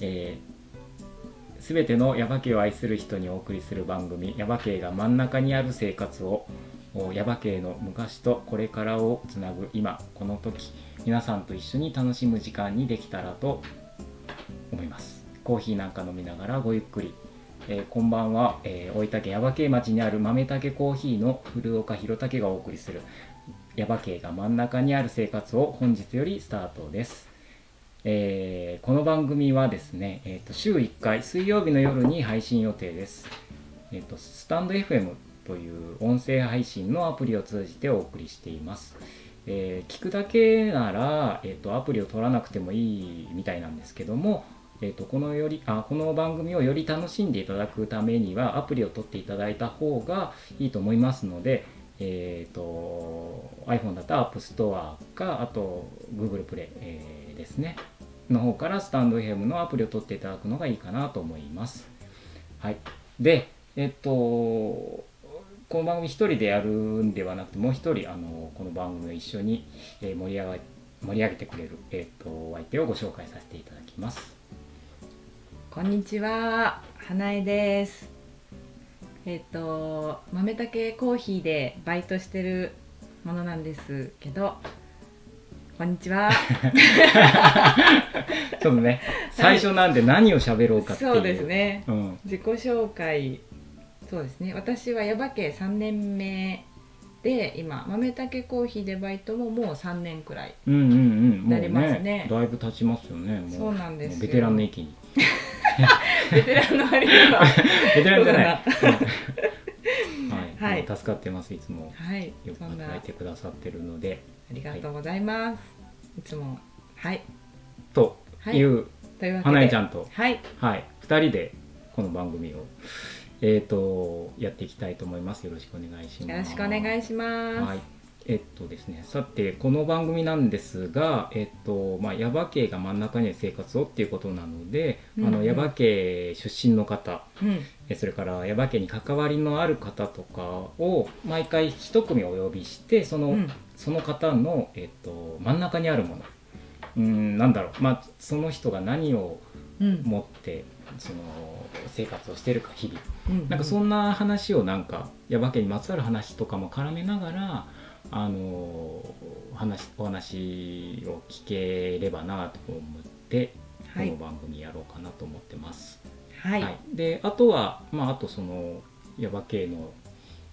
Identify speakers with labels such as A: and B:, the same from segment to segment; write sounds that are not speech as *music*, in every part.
A: えー、すべてのヤバ系を愛する人にお送りする番組「ヤバ系が真ん中にある生活を」おヤバ系の昔とこれからをつなぐ今この時皆さんと一緒に楽しむ時間にできたらと思いますコーヒーなんか飲みながらごゆっくり、えーこんばんは、えー大分県ヤバ系町にある豆竹コーヒーの古岡弘武がお送りするヤバ系が真ん中にある生活を本日よりスタートですえーこの番組はですね、えーと週1回水曜日の夜に配信予定です、えーとスタンド FM という音声配信のアプリを通じてお送りしています、えー聞くだけなら、えーとアプリを取らなくてもいいみたいなんですけども、えーとこのよりあこの番組をより楽しんでいただくためにはアプリを取っていただいた方がいいと思いますので、えー、と iPhone だったら App Store かあと Google Play、えーですねの方からスタンド FM のアプリを取っていただくのがいいかなと思います。はい、で、えっと、この番組一人でやるんではなくてもう一人あのこの番組を一緒にえー盛り上が盛り上げてくれる、えっと、お相手をご紹介させていただきます。
B: こんにちは、花江です。えっ、と豆竹コーヒーでバイトしてるものなんですけど、こんにちは。
A: ちょっとね、最初なんで何を喋ろうかっていう。
B: そうです。ね。
A: うん。
B: 自己紹介、そうですね。私は耶馬渓3年目で今豆竹コーヒーでバイトももう3年くらい。
A: うんうんうん。もう
B: なりますね
A: だいぶ経ちますよね。も
B: そうなんですよ
A: もうベテランの域に。
B: ベテランの割には。
A: ベテランじゃない。
B: ど
A: うん *laughs* はい、
B: はい
A: もう助かってます。いつも
B: はい、
A: よく
B: そんな
A: 働いてくださってるので。
B: ありがとうございます。いつもはい。
A: と、
B: はいいうというわけで。
A: 花江ちゃんと、
B: はい。
A: はい、2人でこの番組を、えー、とやっていきたいと思います。よろしくお願いします。
B: よろしくお願いします。
A: はい。えっとですね、さてこの番組なんですが、えっとまあ耶馬渓が真ん中にある生活をっていうことなので、
B: うんうん
A: あの耶馬渓出身の方、
B: うん、
A: えそれから耶馬渓に関わりのある方とかを毎回一組お呼びして、その、
B: うん
A: その方の、えっと、真ん中にあるものうんなんだろう、まあ、その人が何を
B: うん、
A: 持ってその生活をしてるか日々
B: うん、
A: なんかそんな話をなんか耶馬渓にまつわる話とかも絡めながらあの話お話を聞ければなと思って、
B: は
A: こ
B: い
A: の、番組やろうかなと思ってます。
B: は
A: はい
B: い、、
A: であとは、まあ、あとその耶馬渓の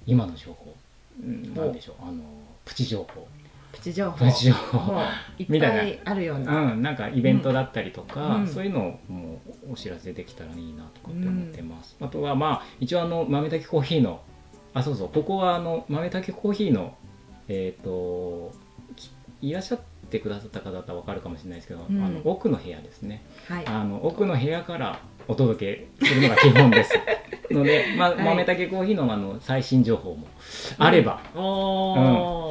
A: 今の情報、うん、なんでしょうあのプチ情報
B: プチ情報。
A: プチ情
B: も
A: 報、
B: ういっ
A: みた
B: ぱ
A: い
B: いあるような。
A: *laughs* うん、なんかイベントだったりとか、
B: うん
A: そういうのをもうお知らせできたらいいなとかって思ってます、あとはまあ一応あの豆炊きコーヒーのあそうそうここはあの豆炊きコーヒーのえっ、ときいらっしゃってくださった方だったらわかるかもしれないですけど、
B: うん
A: あの奥の部屋ですね
B: はい、
A: あの奥の部屋からお届けするのが基本
B: *laughs*
A: ですので、まあ
B: はい
A: 豆炊きコーヒーのあの最新情報もあれば、
B: うん。お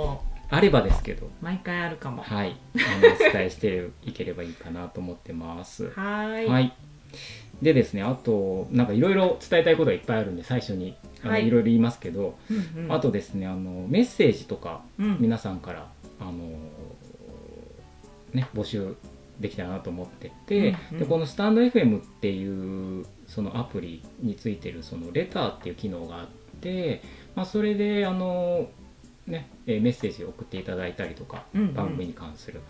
B: お、
A: あればですけど
B: 毎回あるかも。は
A: はいあのお伝えしていければいいかなと思ってます。
B: ーい、
A: はい、でですねあとなんかいろいろ伝えたいことがいっぱいあるんで最初にあの
B: はい
A: いろいろ言いますけど、
B: うんうん、
A: あ、とですねあのメッセージとか
B: うん、
A: 皆さんからあの、ね、募集できたらなと思ってて、
B: うんうん
A: でこのスタンド FM っていうそのアプリについてるそのレターっていう機能があって、まあ、それであの、ね、えーメッセージを送っていただいたりとか
B: うんうん
A: 番組に関する、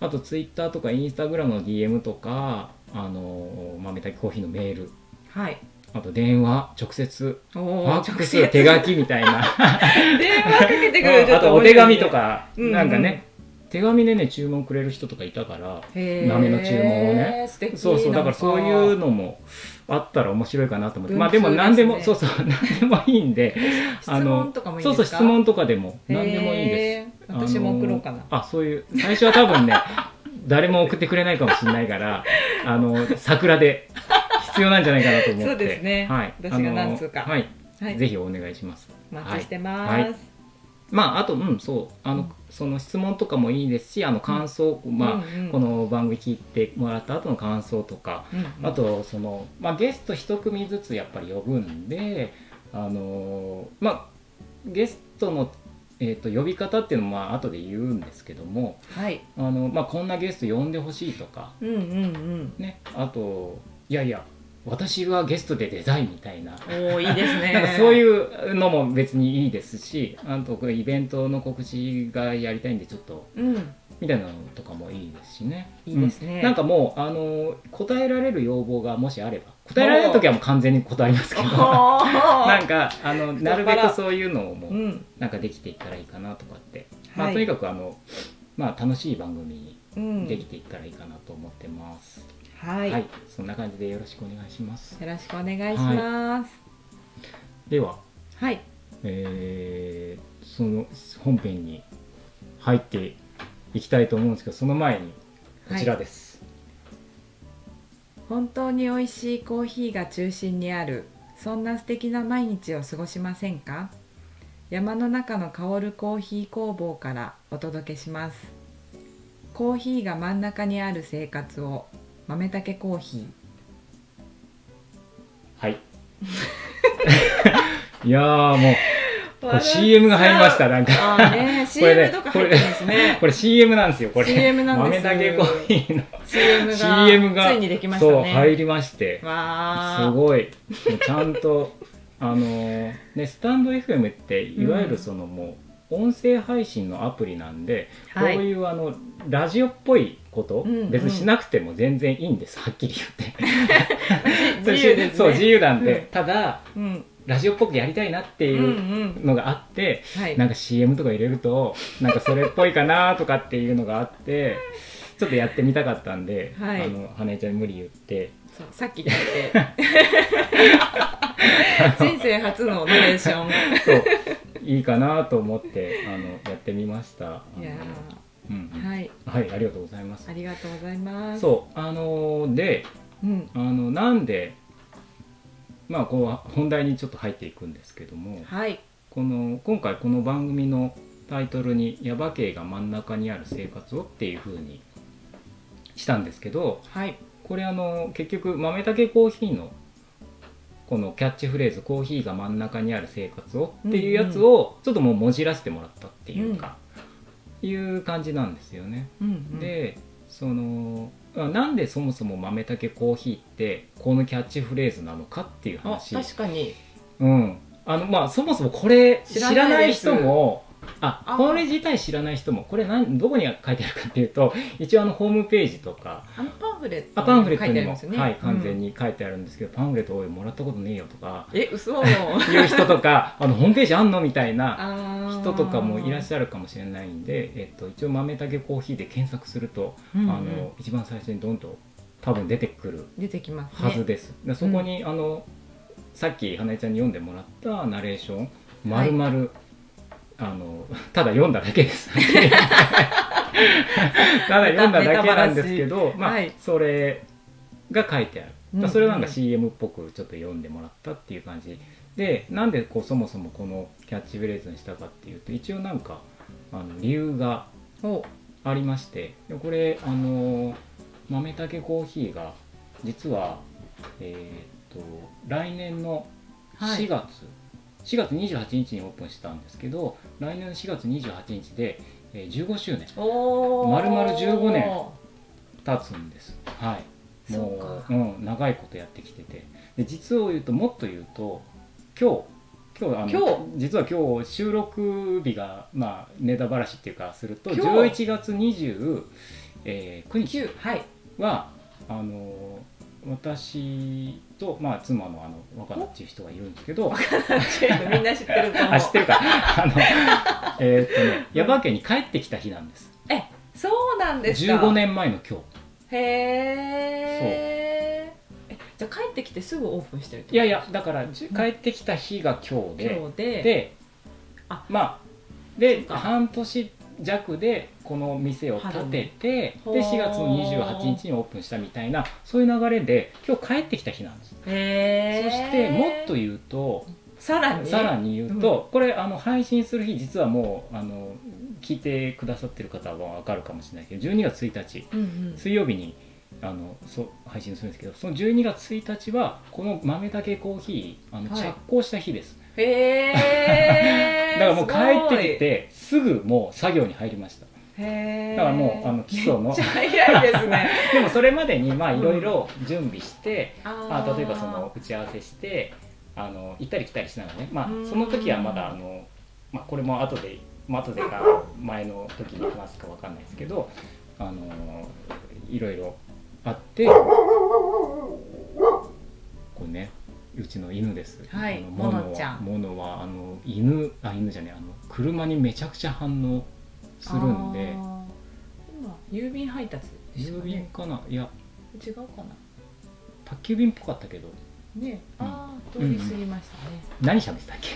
A: あとツイッターとかインスタグラムの DM とかあの豆炊きコーヒーのメール
B: はい。
A: あと電話直接
B: お
A: フ
B: お、
A: ァックス
B: 直接
A: 手書きみたいな。
B: *laughs* 電話かけてく
A: う
B: る。
A: んあとお手紙と。か、
B: うんうん
A: なんかね手紙でね注文くれる人とかいたから
B: へー
A: 豆の注文をね。
B: 素敵
A: そうそうだからそういう
B: の。
A: のもあったら面白いかなと思ってまあで
B: 文通
A: も何でも
B: です
A: そう
B: ね
A: そう何でもいいんで
B: 質問とかもいい
A: そ
B: で
A: う
B: す
A: そ
B: か。
A: う質問とかでも
B: へー。
A: 何でもいいですあのー
B: 私も送ろうかな。
A: あそういう最初は多
B: *laughs*
A: 分ね誰も送ってくれないかもしれないからあの桜で必要なんじゃないかなと思って
B: そうですね
A: はい
B: 私が何通か
A: あのはい
B: はい、
A: ぜひお願いします
B: お待ちして
A: は
B: ま
A: いはい
B: す。
A: まああとうんそうあの、
B: うん
A: その質問とかもいいですしあの感想、まあ、
B: うんうん
A: こ、の番組聞いてもらった後の感想とか、
B: うんうん
A: あとその、まあ、ゲスト一組ずつやっぱり呼ぶんであのーまあゲストのえー、と呼び方っていうのもまあ後で言うんですけども
B: はい。
A: あの、まあ、こんなゲスト呼んでほしいとか、
B: うんうん
A: ね、あといやいや私はゲストでデザインみたいな
B: うん。おおいいですね。
A: なんかそういうのも別にいいですしあとこれイベントの告知がやりたいんでちょっと
B: うん。
A: みたいなのとかもいいですしね。
B: いいですね
A: うんなんかもうあの答えられる要望がもしあれば答えられる時はもう完全に断りますけど
B: おー
A: *laughs* なんかあのなるべくそういうのをも
B: う。
A: うんなんかできていったらいいかなとかって、まあ、
B: はい。
A: とにかくあの、まあ、楽しい番組
B: う
A: に
B: ん。
A: できていったらいいかなと思ってます。
B: はい。
A: は
B: よ
A: い、そんな感じでよろしくお願いします。
B: ろしくお願いします。
A: では
B: はい。
A: えーその本編に入っていきたいと思うんですけどその前にこちらです、
B: 本当に美味しいコーヒーが中心にあるそんな素敵な毎日を過ごしませんか山の中の香るコーヒー工房からお届けしますコーヒーが真ん中にある生活を豆たけコーヒ
A: はい
B: *laughs*
A: いやーもうこれ
B: ー
A: CM が入りましたなんか *laughs*
B: あーね CM とか入ってますね
A: これ CM なんですよこれ
B: CM なんです
A: 豆だけコーヒーの
B: CM が
A: CM が
B: ついにできましたね
A: そう入りまして
B: わ
A: す
B: い
A: ごいもうちゃんと *laughs* あのーねスタンド FM っていわゆるそのもう音声配信のアプリなんで、
B: はい
A: こういうあのラジオっぽいこと、
B: うんうん
A: 別にしなくても全然いいんですはっきり言って
B: 自由ですね
A: そう自由なんで、
B: うん
A: ただ
B: うん
A: ラジオっぽくやりたいなってい
B: うんう
A: うんのがあって、
B: はい
A: なんか CM とか入れるとなんかそれっぽいかなとかっていうのがあってちょっとやってみたかったんで、
B: はい
A: あの花江ちゃんに無理言って
B: そうさっき聞いて *laughs* 人生初のナレーション
A: そういいかなと思
B: *laughs*
A: ってあのやってみました。あの
B: いや
A: うんうん
B: ーはい
A: はい、ありがとうございます
B: あ。りがとうございます
A: そうあのーで
B: うん
A: あのなんでまあこう本題にちょっと入っていくんですけども
B: はい
A: この今回この番組のタイトルに「耶馬渓が真ん中にある生活を」っていう風にしたんですけど
B: はい
A: これあの結局豆たけコーヒーのこのキャッチフレーズ「コーヒーが真ん中にある生活を」っていうやつをちょっともうもじらせてもらったっていうか、いう感じなんですよね。
B: うんうん
A: でそのあなんでそもそも豆たけコーヒーってこのキャッチフレーズなのかっていう
B: あ
A: 話
B: 確かに
A: うんあのまあ、そもそもこれ
B: 知
A: 知
B: ら
A: ら
B: な
A: ないい
B: です
A: 人も
B: あ
A: あこれ自体知らない人もこれ何どこに書いてあるかっていうと一応あのホームページとか
B: あのパンフレット
A: あパンフレット
B: 書いて
A: に
B: あり
A: も
B: ますよね
A: はい、完全
B: に
A: に書いてあるんですけどパンフレットおいもらったことねえよとか
B: え嘘
A: いう *laughs* 人と
B: *laughs*
A: かあのホームページあんのみたいな
B: 人
A: 人とかもいらっ
B: ゃ
A: しゃるかもしれないんで、えっと、一応豆たけコーヒーで検索すると
B: る
A: あの一番最初にどんと多分出てくる
B: 出てきます
A: はず
B: ね
A: です、でそこに、あのさっき花江ちゃんに読んでもらったナレーションまるまるあのただ読んだだけです
B: *laughs*
A: ただ読んだだけなんですけど、まあ
B: はい
A: それが書いてある、だから
B: うん
A: それをなんか CM っぽくちょっと読んでもらったっていう感じでなんでこうそもそもこのキャッチフレーズにしたかっていうと一応なんかあの理由が
B: お
A: ありましてでこれあのー豆たけコーヒーが実はえーっと来年の
B: はい
A: 4月、4月28日にオープンしたんですけど来年の4月28日で、えー15周年
B: おー
A: 丸々15年経つんですはい
B: そう
A: も
B: か
A: うう、ん、長いことやってきててで実を言うともっと言うと今日今日あの
B: 今
A: 実は今日収録日がまあネタばらしっていうかすると
B: 今日
A: 11月29日
B: 9はい *laughs*
A: はあの私と、まあ、妻のあの若菜っていう人がいるんですけど
B: みんな知ってると思う
A: あ知ってるかあのえーっとね耶馬渓に帰ってきた日なんです
B: そうなんですか
A: 15年前の今日
B: へーえじゃあ帰ってきてすぐオープンしてるってこと
A: いやいやだからじゅ帰ってきた日が今日で
B: 今日で
A: で
B: あ
A: まあ
B: そ
A: で
B: うか
A: 半年弱でこの店を建ててで
B: ほう
A: 4月の28日にオープンしたみたいなそういう流れで今日帰ってきた日なんです、
B: へー
A: そしてもっと言うと
B: さらに
A: さらに言うと、これあの配信する日実はもうあの聞いてくださってる方は分かるかもしれないけど12月1日
B: うんうん
A: 水曜日にあのそう配信するんですけどその12月1日はこの豆だけコーヒーあの
B: はい
A: 着工した日です、
B: へへえ
A: だ
B: ー、
A: *laughs* からもう帰ってき
B: き
A: てすぐもう作業に入りました
B: へー
A: だからもうあの基礎の
B: めっちゃ早いですね
A: でもそれまでにまあ
B: うん
A: いろいろ準備して、
B: あー
A: *laughs* まあ、例えばその打ち合わせしてあの行ったり来たりしながらね、まあ
B: うー、ん
A: その時はまだあの、まあ、これも後で、まあ、後でか前の時に話すかわかんないですけどあのいろいろあってこれねうちの犬です、
B: はい
A: あの
B: モ
A: モ
B: ノ
A: ノ
B: ちゃん
A: モノはあの犬あ犬じゃねえあの車にめちゃくちゃ反応するんで
B: あー今郵便配達です
A: 郵
B: か
A: 便
B: ね
A: かないや
B: 違うかな
A: 宅急便っぽかったけど
B: ね
A: うん
B: ああ通り過ぎましたね、
A: 何喋ってたっけ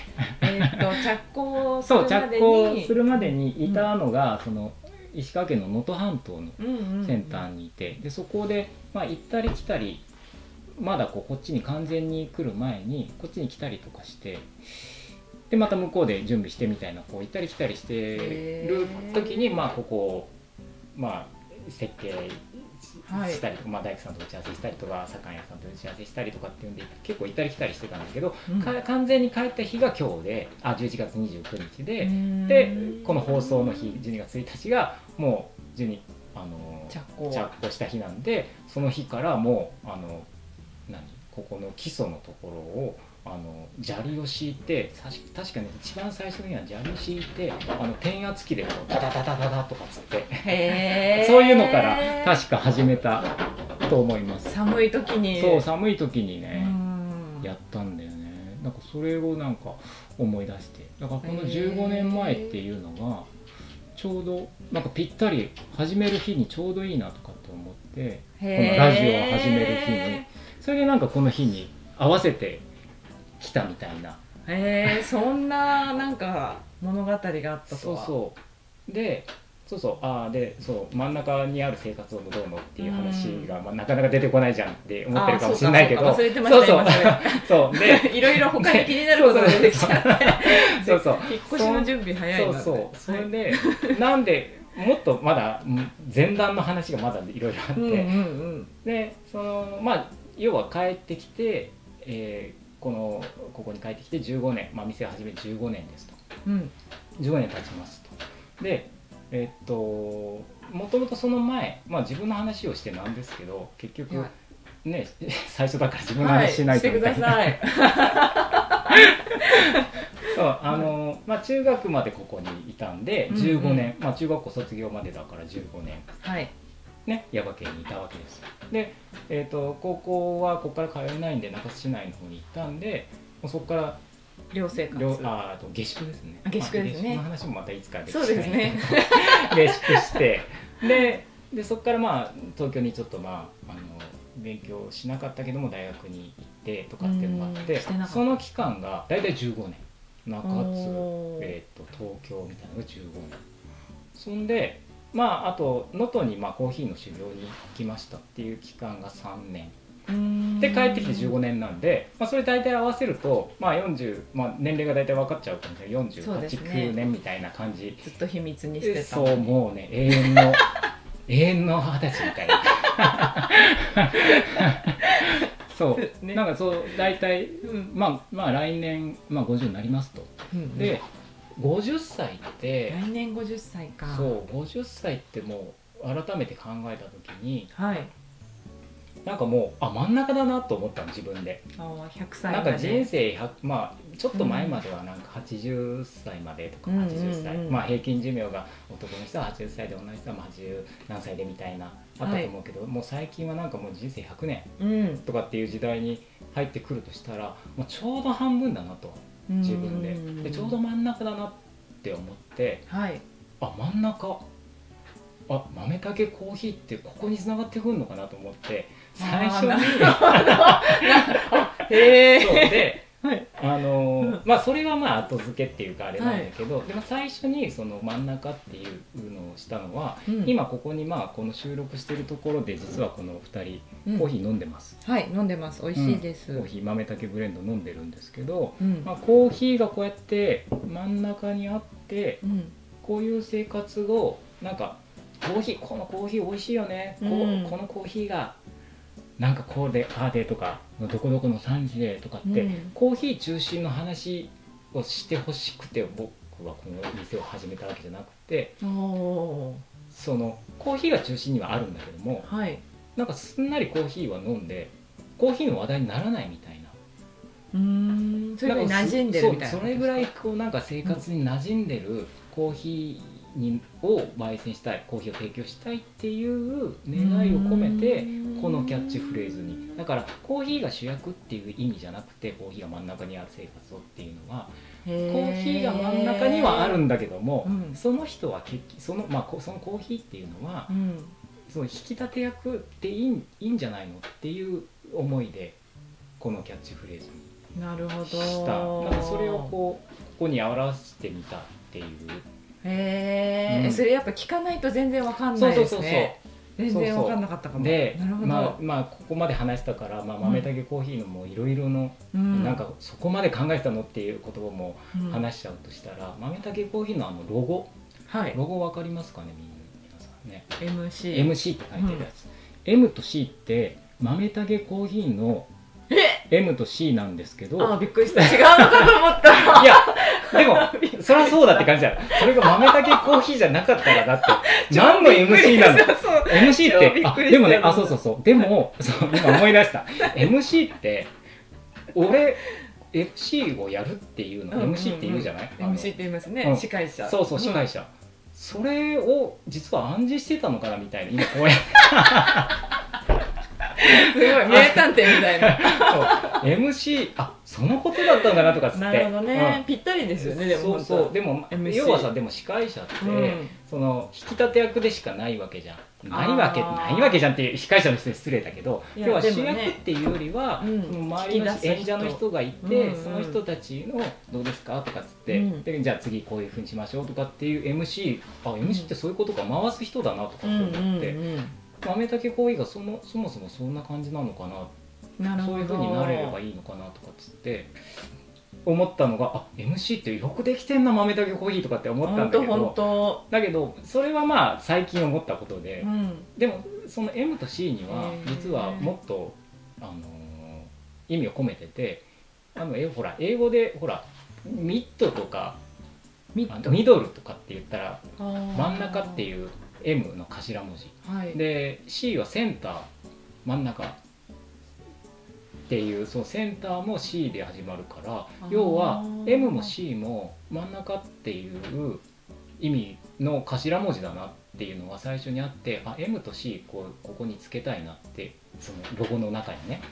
B: えーっ
A: *laughs*
B: と着工す
A: そ
B: る
A: う
B: まで
A: 着
B: に
A: 工するまでにいたのが、その石川県の能登半島の
B: うんうんうん
A: センターにいて、でそこで、まあ、行ったり来たりまだこうこっちに完全に来る前にこっちに来たりとかしてでまた向こうで準備してみたいなこう行ったり来たりしてる時に、まあ、ここを、まあ、設計
B: はい
A: したりとか、まあ、大工さんと打ち合わせしたりとか左官屋さんと打ち合わせしたりとかっていうんで結構行ったり来たりしてたんだけど、
B: うん
A: か完全に帰った日が今日であ11月29日で、
B: うん
A: でこの放送の日12月1日がもう12あの
B: 着工
A: 着工した日なんでその日からもうあの何ここの基礎のところをあの砂利を敷いてさし確かね一番最初には砂利を敷いてあの転圧機でこうダダダダダダとかつって、
B: へ
A: *laughs*
B: ー
A: そういうのから確か始めたと思います。
B: 寒い時に
A: そう寒い時に
B: う
A: ね、
B: ん
A: やったんだよねなんかそれをなんか思い出してだからこの
B: へー
A: 15年前っていうのがちょうどなんかぴったり始める日にちょうどいいなとかって思ってこのラジオを始める日にそれでなんかこの日に合わせてきたみたいな
B: へえそんななんか物語があったと
A: そう
B: は
A: そうでそうそうああでそう真ん中にある生活をどうのっていう話が、まあ、なかなか出てこないじゃんって思ってるかもしれないけど
B: あーそうかそうか忘れてました
A: そう *laughs* そうそうで
B: 今それ *laughs* いろいろ他に気になることが出てきちゃって
A: *laughs* そうそう
B: 引っ越しの準備早い
A: そ
B: な
A: う
B: って
A: そうそれ
B: はい
A: で、なんでもっとまだうん前段の話がまだいろいろあって、
B: うんうん
A: でそのまあ要は帰ってきて、えーこのここに帰ってきて15年、まあ、店を始めて15年ですと
B: うんうん
A: 15年経ちますとでえっともともとその前、まあ、自分の話をしてなんですけど結局
B: は
A: ね *laughs* 最初だから自分の
B: はい
A: 話しない
B: し
A: と
B: て
A: み
B: く
A: た
B: だ
A: いな、
B: さい
A: そうあの、まあ、中学までここにいたんで
B: うんうん
A: 15年、まあ、中学校卒業までだから15年
B: はい
A: ね、耶馬渓にいたわけですよで、えー、と高校はここから通えないんで中津市内の方に行ったんでもうそこから
B: 寮生活
A: 両あーあと下宿ですね
B: あ下宿ですね
A: まあ下宿の話もまたいつかできた
B: そ
A: いう
B: ですね
A: 下宿してででそこからまあ東京にちょっとまああの勉強しなかったけども大学に行ってとかっていうのがあっ
B: う
A: て
B: んしてなかった
A: その期間が大体15年中津
B: おー
A: えー、と東京みたいなのが15年そんでまああと能登にまあコーヒーの修行に行きましたっていう期間が3年
B: うん
A: で帰ってきて15年なんで、まあ、それ大体合わせると、まあ40まあ、年齢が大体分かっちゃうかもしれない
B: そうですね
A: 489年みたいな感じ
B: ずっと秘密にして
A: で
B: た
A: そうもうね永遠の *laughs* 永遠の二十歳みたいな *laughs* そう、
B: ね
A: なんかそう大体
B: うん
A: まあまあ来年、まあ、50になりますと
B: うん
A: で50歳って、
B: 来年50歳か
A: そう50歳ってもう改めて考えた時に
B: はい
A: なんかもうあ真ん中だなと思ったの自分で、
B: あー100歳
A: なん
B: だ
A: か
B: ね
A: 人生100まあちょっと前まではなんか80歳までとか
B: うんうんうん
A: 80歳、まあ、平均寿命が男の人は80歳で女の人はまあ80何歳でみたいなあったと思うけど、もう最近はなんかもう人生100年
B: うん
A: とかっていう時代に入ってくるとしたら、まあ、ちょうど半分だなと
B: うん
A: 自分ででちょうど真ん中だなって思って
B: はい
A: あ真ん中あ豆たけコーヒーってここに繋がってくるのかなと思って最初
B: あ
A: に
B: へ
A: そう
B: え
A: で
B: はい
A: あのー
B: うん
A: まあそれはまあ後付けっていうかあれなんだけど、でも最初にその真ん中っていうのをしたのは、今ここにまあこの収録してるところで実はこの2人コーヒー飲んでます、
B: ーはい飲んでます美味しいです
A: コーヒー豆たけブレンド飲んでるんですけど、
B: うん
A: まあ、コーヒーがこうやって真ん中にあって
B: うん
A: こういう生活をなんかコーヒーこのコーヒー美味しいよね、こう
B: うん
A: このコーヒーがなんかこうでああでとかどこどこの産地でとかって、
B: うん
A: コーヒー中心の話をしてほしくて僕はこの店を始めたわけじゃなくて
B: おお
A: そのコーヒーが中心にはあるんだけども
B: ーはい
A: なんかすんなりコーヒーは飲んでコーヒーの話題にならないみたいな
B: うーんそれに馴染んでるみたいな
A: そうそれぐらいこうなんか生活に馴染んでるコーヒーにを焙煎したいコーヒーを提供したいっていう願いを込めてこのキャッチフレーズにだからコーヒーが主役っていう意味じゃなくてコーヒーが真ん中にある生活をっていうのは
B: コ
A: コーヒーが真ん中にはあるんだけども、
B: うん
A: その人は結局その,、まあこ、そのコーヒーっていうのは
B: うん
A: その引き立て役っていいんいいんじゃないのっていう思いでこのキャッチフレーズに
B: なるほど
A: しただからそれをこうここに表してみたっていう
B: へえ、
A: うん
B: それやっぱ聞かないと全然わかんないですね全然わかんなかったかも
A: で
B: なるほど、
A: まあまあここまで話したから、まあ、豆たけコーヒーのもいろいろの、
B: うん、
A: なんかそこまで考えてたのっていう言葉も
B: うん
A: 話しちゃうとしたら、豆たけコーヒーのあのロゴ
B: はい
A: ロゴわかりますかねみんな皆さんね
B: MC
A: MC って書いてるやつ、M と C って豆たけコーヒーの M と C なんですけど
B: あびっくりした違うのかと思った
A: いや、でも、そりゃそうだって感じだよ。それが豆だけコーヒーじゃなかったら、だ
B: *laughs*
A: って、 *laughs* 何の MC なの
B: そうそう
A: MC っ
B: 超び
A: て
B: っくり
A: あ、
B: し、た
A: でもね、あ、そうそうそう。でも、そう、今思い出した。MC って、俺、MC をやるっていうの、
B: うんうんうん
A: MC って言うじゃない、あの
B: MC って言いますね、
A: うん
B: 司会者
A: そうそう、司会者。それを実は暗示してたのかなみたいな、今こうやって
B: *laughs* うんすごい名探偵みたいな
A: そう、MC、あ、そのことだったんだなとかっつって。
B: なるほどね、
A: うん
B: ぴったりですよねでも
A: そうそう、でも、
B: MC
A: 要はさ、でも司会者って、
B: 本当うん
A: その引き立て役でしかないわけじゃんないわけ
B: あー
A: ないわけじゃんっていう控え者の人に失礼だけど
B: いや
A: 要は
B: で
A: 主
B: もね
A: 役っていうよりは、
B: うん
A: その周りの
B: 引き出す人
A: 演者の人がいて、
B: うんうん
A: その人たちの「どうですか?」とかっつって、
B: うん
A: でじゃあ次こういうふうにしましょうとかっていう MC あ MC ってそういうことか回す人だなとかって
B: うん
A: 思って、
B: うん
A: 豆竹行為がそのそもそもそんな感じなのかな
B: うんなるほ
A: そ
B: ど
A: ういうふうになれればいいのかなとかっつって思ったのがあ MC ってよくできてんな豆竹コーヒーとかって思ったんだけ
B: 本当
A: ど。
B: 本当
A: だけどそれはまあ最近思ったことで、
B: うん
A: でもその M と C には
B: うん
A: 実はもっと、あのー意味を込めててあのえほら英語でほらミッドとか
B: ミ
A: あ
B: ッ
A: の
B: ド
A: ミドルとかって言ったら真
B: 真
A: ん中って
B: う
A: いう M の頭文字
B: はい
A: で C はセンター真ん中っていうそのセンターも C で始まるから
B: ー
A: 要は M も C も真ん中っていう意味の頭文字だなっていうのが最初にあってあ M と C こうここにつけたいなってそのロゴの中にね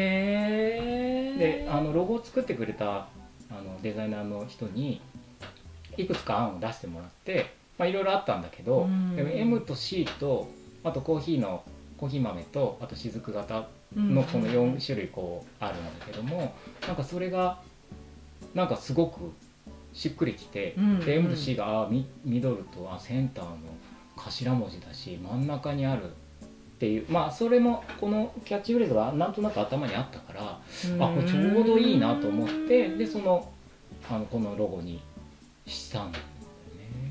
B: へえ
A: であのロゴを作ってくれたあのデザイナーの人にいくつか案を出してもらってまあいろいろあったんだけど、
B: うん
A: でも M と C とあとコーヒーのコーヒー豆とあと雫型のこの4種類こうあるんだけどもなんかそれがなんかすごくしっくりきて、
B: うん
A: で
B: うん
A: M と C があミミドルとあセンターの頭文字だし真ん中にあるっていうまあそれもこのキャッチフレーズがなんとなく頭にあったからあこれちょうどいいなと思ってでそのあのこのロゴにしたんだよ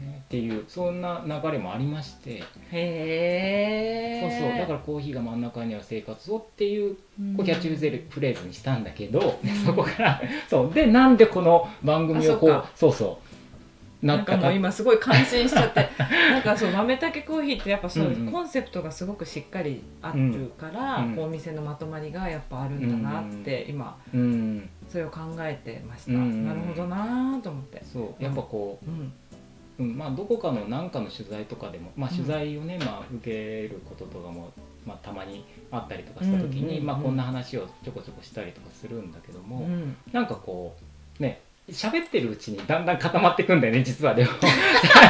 A: ねっていうそんな流れもありまして、
B: へえ
A: そうそうだからコーヒーが真ん中にある生活をっていう
B: ら
A: こうキャッチフレーズにしたんだけど、
B: うん
A: そこからそうでなんでこの番組をこう
B: あ
A: そうそうな
B: なん
A: っ
B: か
A: た
B: も
A: か
B: う今すごい感心しちゃって
A: *laughs*
B: なんかそう豆たけコーヒーってやっぱそう、
A: うんうん
B: コンセプトがすごくしっかりあるから、
A: うん
B: こうお店のまとまりがやっぱあるんだなって、今
A: うん
B: それを考えてました、
A: うん
B: なるほどなーと思って、
A: そうやっぱこ
B: うん、
A: う、うんまあ、どこかの何かの取材とかでも、まあ、
B: うん
A: 取材をね、まあ、受けることとかも、まあ、たまにあったりとかした時に、
B: うんうんうん
A: まあ、こんな話をちょこちょこしたりとかするんだけども、
B: うん
A: なんかこうね喋ってるうちにだんだん固まってくんだよね実はで
B: *laughs*
A: も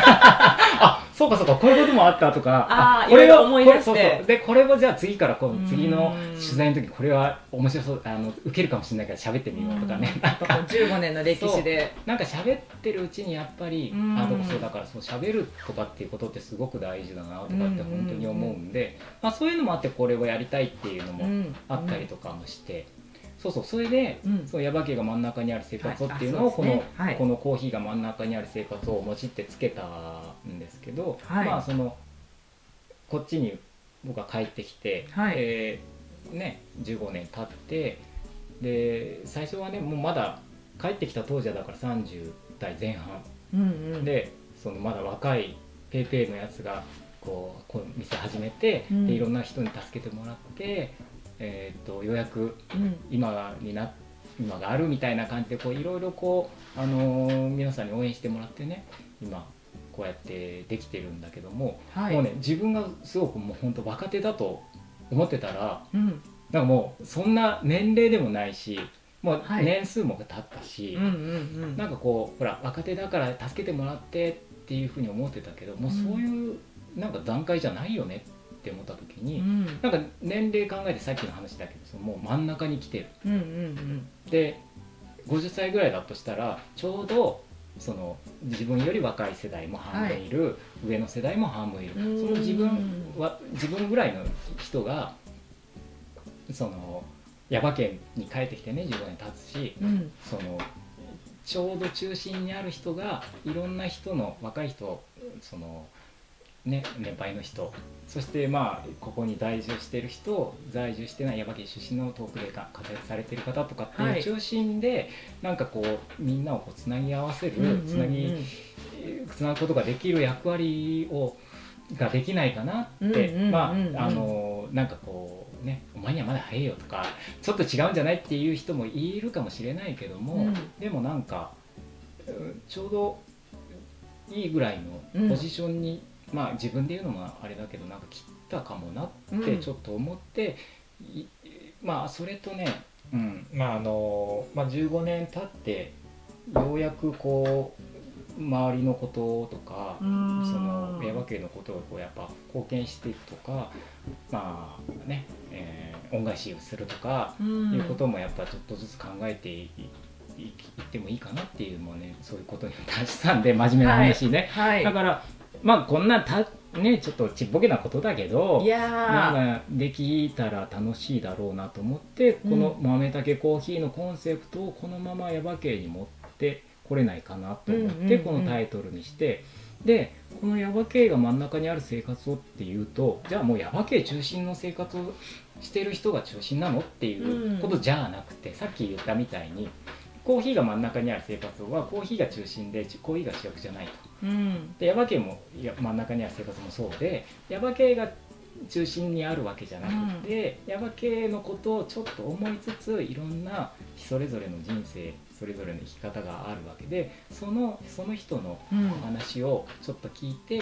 A: あそうかそうかこういうこともあったとか
B: あー
A: これを
B: いろいろ思い出して
A: これそうそうでこれをじゃあ次からこ
B: うん
A: う次の取材の時これは面白そうあの受けるかもしれないから喋ってみようとかね、
B: やっぱこう15年の歴史で
A: なんか喋ってるうちにやっぱり、
B: うん
A: あでもそうだからそう喋るとかっていうことってすごく大事だなとかって本当に思うんで、まあ、そういうのもあってこれをやりたいっていうのも
B: ん
A: あったりとかもして、そうそうそれで
B: うん
A: そうヤバ系が真ん中にある生活をっていうの
B: はい
A: を
B: あ
A: この,、
B: そうですねはい
A: このコーヒーが真ん中にある生活を用いてつけたんですけど、
B: はい
A: まあそのこっちに僕は帰ってきて、
B: はい
A: えーね、15年経ってで最初はねもうまだ帰ってきた当時はだから30代前半
B: うんうん、
A: でそのまだ若いペイペイのやつがこうこう店始めて、
B: うん
A: でいろんな人に助けてもらって、えー、とようやく
B: うん
A: 今にな今があるみたいな感じでこういろいろこう、あのー皆さんに応援してもらってね今こうやってできてるんだけども、
B: はい、
A: もうね自分がすごくもう本当若手だと思ってたら
B: うん、
A: なんかもうそんな年齢でもないしもう
B: はい
A: 年数も経ったし、
B: うんうんうん
A: なんかこうほら若手だから助けてもらってっていうふうに思ってたけどもうそういうなんか段階じゃないよねって思った時に、
B: うん
A: なんか年齢考えてさっきの話だけどそのもう真ん中に来てる。
B: うんうん
A: で50歳ぐらいだとしたらちょうどその自分より若い世代も半分いる、上の世代も半分いる
B: うーん
A: その自分は自分ぐらいの人がその耶馬県に帰ってきてね自分に立つし
B: うんうん
A: そのちょうど中心にある人がいろんな人の若い人その、ね、年配の人そしてまあここに在住してる人在住してない山県出身の遠くでか活躍されてる方とかって
B: は
A: いう
B: い
A: 中心で、なんかこうみんなをこうつなぎ合わせる、
B: うん
A: つなぎつなぐことができる役割をができないかなって、
B: うんうんうんうん
A: まああのなんかこうね「お前にはまだ早いよ」とか *laughs* 「ちょっと違うんじゃない?」っていう人もいるかもしれないけども、
B: うん
A: でもなんかうんちょうどいいぐらいのポジションに、まあ自分で言うのもあれだけどなんか切ったかもなって
B: うん
A: ちょっと思って、いまあそれとね、うんまああのまあ、15年経ってようやくこう周りのこととか、
B: うん
A: その耶馬渓のことをこうやっぱ貢献していくとかまあね、えー恩返しをするとか、
B: うん
A: いうこともやっぱちょっとずつ考えていいいいってもいいかなっていうもうねそういうことに達したんで真面目な話ね、
B: はい
A: だからまあこんなたねちょっとちっぽけなことだけど
B: いや
A: なんかできたら楽しいだろうなと思ってこの
B: う
A: 豆たけコーヒーのコンセプトをこのまま耶馬渓に持ってこれないかなと思っ
B: うんうんう
A: て
B: ん
A: このタイトルにしてでこの耶馬渓が真ん中にある生活をっていうとじゃあもう耶馬渓中心の生活をしてる人が中心なのっていうことじゃなくてさっき言ったみたいにコーヒーが真ん中にある生活はコーヒーが中心でコーヒーが主役じゃないと。
B: ーうん
A: で耶馬渓もいや真ん中にある生活もそうで耶馬渓が中心にあるわけじゃなくて、耶馬渓のことをちょっと思いつついろんなそれぞれの人生それぞれの生き方があるわけでそのその人の
B: うん
A: お話をちょっと聞いて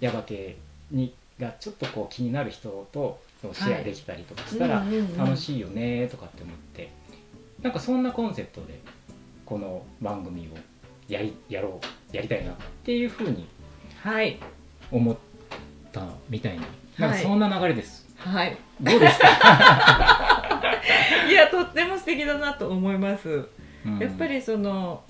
A: 耶馬渓にがちょっとこう気になる人とそのシェアできたりとかしたら
B: うんうんうん
A: 楽しいよねとかって思ってなんかそんなコンセプトでこの番組をやりやろうやりたいなっていうふうに
B: はい
A: 思ったみたいななんか
B: はい
A: そんな流れです、
B: はい
A: どうです
B: *laughs*
A: か、
B: いやとっても素敵だなと思います
A: うん
B: やっぱりその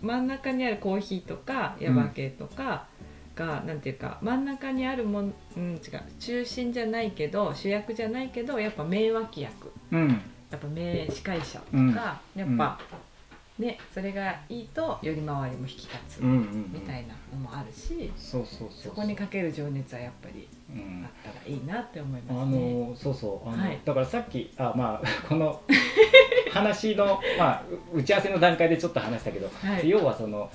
B: 真ん中にあるコーヒーとかヤバ系とかが、なんていうか真ん中にあるもん、うん、違う中心じゃないけど主役じゃないけどやっぱ名脇役
A: うん
B: やっぱ名司会者とか、
A: うん
B: やっぱ、ねそれがいいとより周りも引き立つ
A: うんうんうん
B: みたいなのもあるし、
A: そうそうそう
B: そこにかける情熱はやっぱり
A: う
B: あっ
A: ん
B: たらいいなって思い
A: あ
B: ますね。
A: のそうそうあの、
B: はい
A: だからさっきあま
B: *laughs*
A: あこの話の、まあ、う打ち合わせの段階でちょっと話したけど、
B: はい
A: 要はその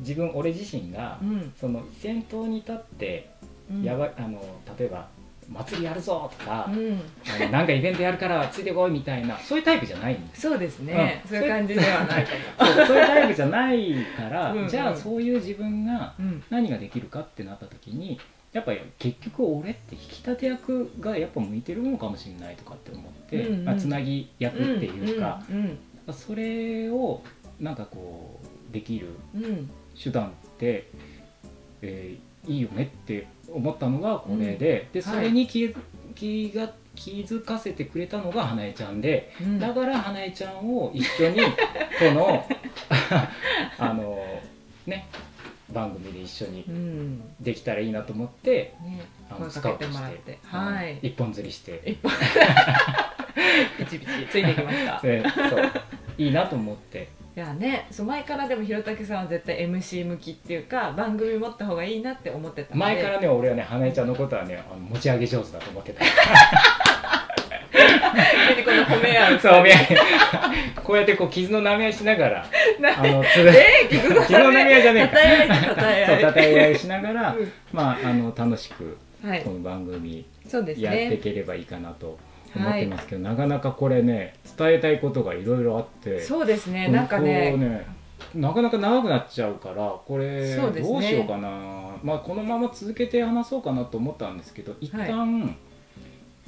A: 自分俺自身が、
B: うん
A: その先頭に立って、
B: うん
A: やばいあの例えば祭りやるぞとか、
B: うん、
A: あのなんかイベントやるからついてこいみたいなそういうタイプじゃないんです
B: そうですね、
A: うん
B: そういう感じではない
A: *laughs*
B: か
A: そうそういうタイプじゃないから
B: うんうん
A: じゃあそういう自分が
B: も。うん
A: 何ができるかってなった時にやっぱり結局俺って引き立て役がやっぱ向いてるのかもしれないとかって思って、
B: うんうん
A: まあ、つなぎ役っていうか、
B: うんうん
A: それをなんかこうできる
B: うんうん
A: 手段って、えーいいよねって思ったのがこれで、でそれに気,、気が気づかせてくれたのが花江ちゃんで。
B: うん
A: だから花江ちゃんを一緒
B: *laughs*
A: にこのあのね番組で一緒に
B: うん
A: できたらいいなと思って
B: ね
A: あの
B: 声
A: ス
B: か
A: カ
B: け
A: ウト
B: ても
A: し
B: らってて、はい
A: うん一本釣りして
B: 一本ピチピチついてきました
A: で *laughs* そういいなと思って
B: いやねそう前からでもひろたけさんは絶対 MC 向きっていうか番組持った方がいいなって思ってたんで *laughs*
A: 前からね俺はね花江ちゃんのことはねあの持ち上げ上手だと思ってた
B: 急にこの褒め合う。
A: そうめこうやってこう傷の舐め合いしなが
B: *laughs*
A: らあのつら
B: えー、傷の
A: 傷の舐め合いじゃねえか
B: *laughs* たたえ合
A: そう *laughs*
B: い、たた
A: 叩
B: え
A: き合いしながら、
B: うん
A: まああの楽しく
B: 合い。はい
A: こ、の番組
B: そうです
A: やってい
B: ね。
A: ければいいかなと思っ
B: は
A: て
B: い
A: ま。すけど、なかなかこれね伝えたいことがいろいろあって
B: そうですね。
A: こう
B: なんか
A: こう
B: ね、
A: なかなか長くなっちゃうからこれ
B: そうですね
A: どうしようかな、まあこのまま続けて話そうかなと思ったんですけど一旦、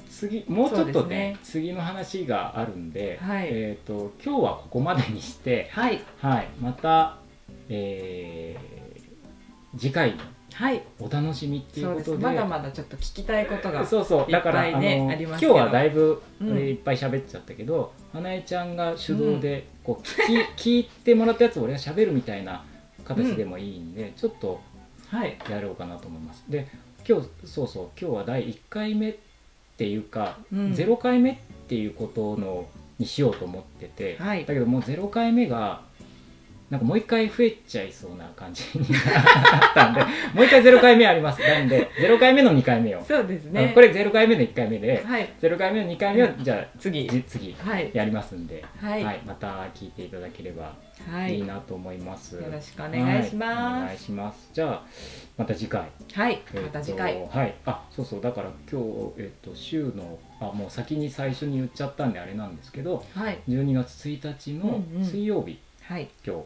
A: 次もうちょっ
B: そ
A: と
B: うです
A: ね
B: ね
A: 次の話があるんで、
B: はい
A: えー、と今日はここまでにして、
B: はい、
A: はい、また、えー次回の
B: はい、
A: お楽しみってい
B: そう
A: うこ
B: です。
A: とで
B: まだまだちょっと聞きたいことが。
A: そうそうだから
B: いっぱいね
A: あの
B: あり
A: 今
B: ます
A: 日
B: けど
A: はだいぶ、
B: うん
A: えーいっぱい喋っちゃったけど花江ちゃんが手動でこう聞き、 *laughs* 聞いてもらったやつを俺が喋るみたいな形でもいいんで、ちょっと
B: はい、
A: やろうかなと思いますで今日そうそう今日は第1回目っていうか、
B: うん
A: 0回目っていうことのにしようと思ってて、
B: はい
A: だけどもう0回目がなんかもう1回増えちゃいそうな感じになったんでもう1回0回目ありますなんで0回目の2回目を
B: そうで
A: あ
B: す
A: の
B: ね。
A: これ0回目の1回目で、
B: はい、
A: 0回目の2回目はじゃあ
B: 次。
A: じ次
B: はい、
A: やりますんで、
B: は
A: はい
B: い、
A: また聞いていただければ
B: はい、
A: いい
B: よ
A: なと思います。
B: ろしくお願いし
A: はいお
B: ま
A: 願いしますじゃあまた次回、
B: す。はい、
A: えっと
B: また次回。
A: はいあそうそうだから今日、えっと週のあもう先に最初に言っちゃったんであれなんですけど
B: はい、
A: 12月1日の
B: うんうん
A: 水曜日、
B: はい、
A: 今日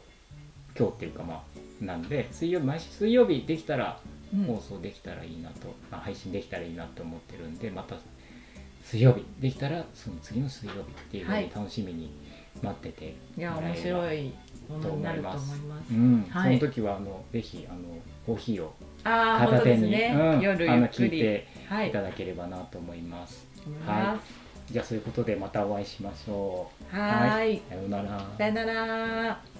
A: 今日っていうかまあなんで水曜日毎週水曜日できたら
B: うん
A: 放送できたらいいなと、まあ、配信できたらいいなと思ってるんでまた水曜日できたらその次の水曜日っていうの
B: はい
A: に楽しみに待ってて、
B: いや、面白いものになると思います
A: う。ん
B: はい
A: その時はあのぜひあのコーヒーを
B: ああ、本
A: 片
B: 当
A: 手
B: です
A: に、
B: ね。
A: うん
B: 夜
A: あ
B: ゆ
A: の
B: っく
A: 聞い
B: り。
A: て
B: はいい、
A: ただければなと思います、
B: 思います。
A: じゃあそういうことでまたお会いしましょう
B: はーい。
A: さようなら
B: さよなら。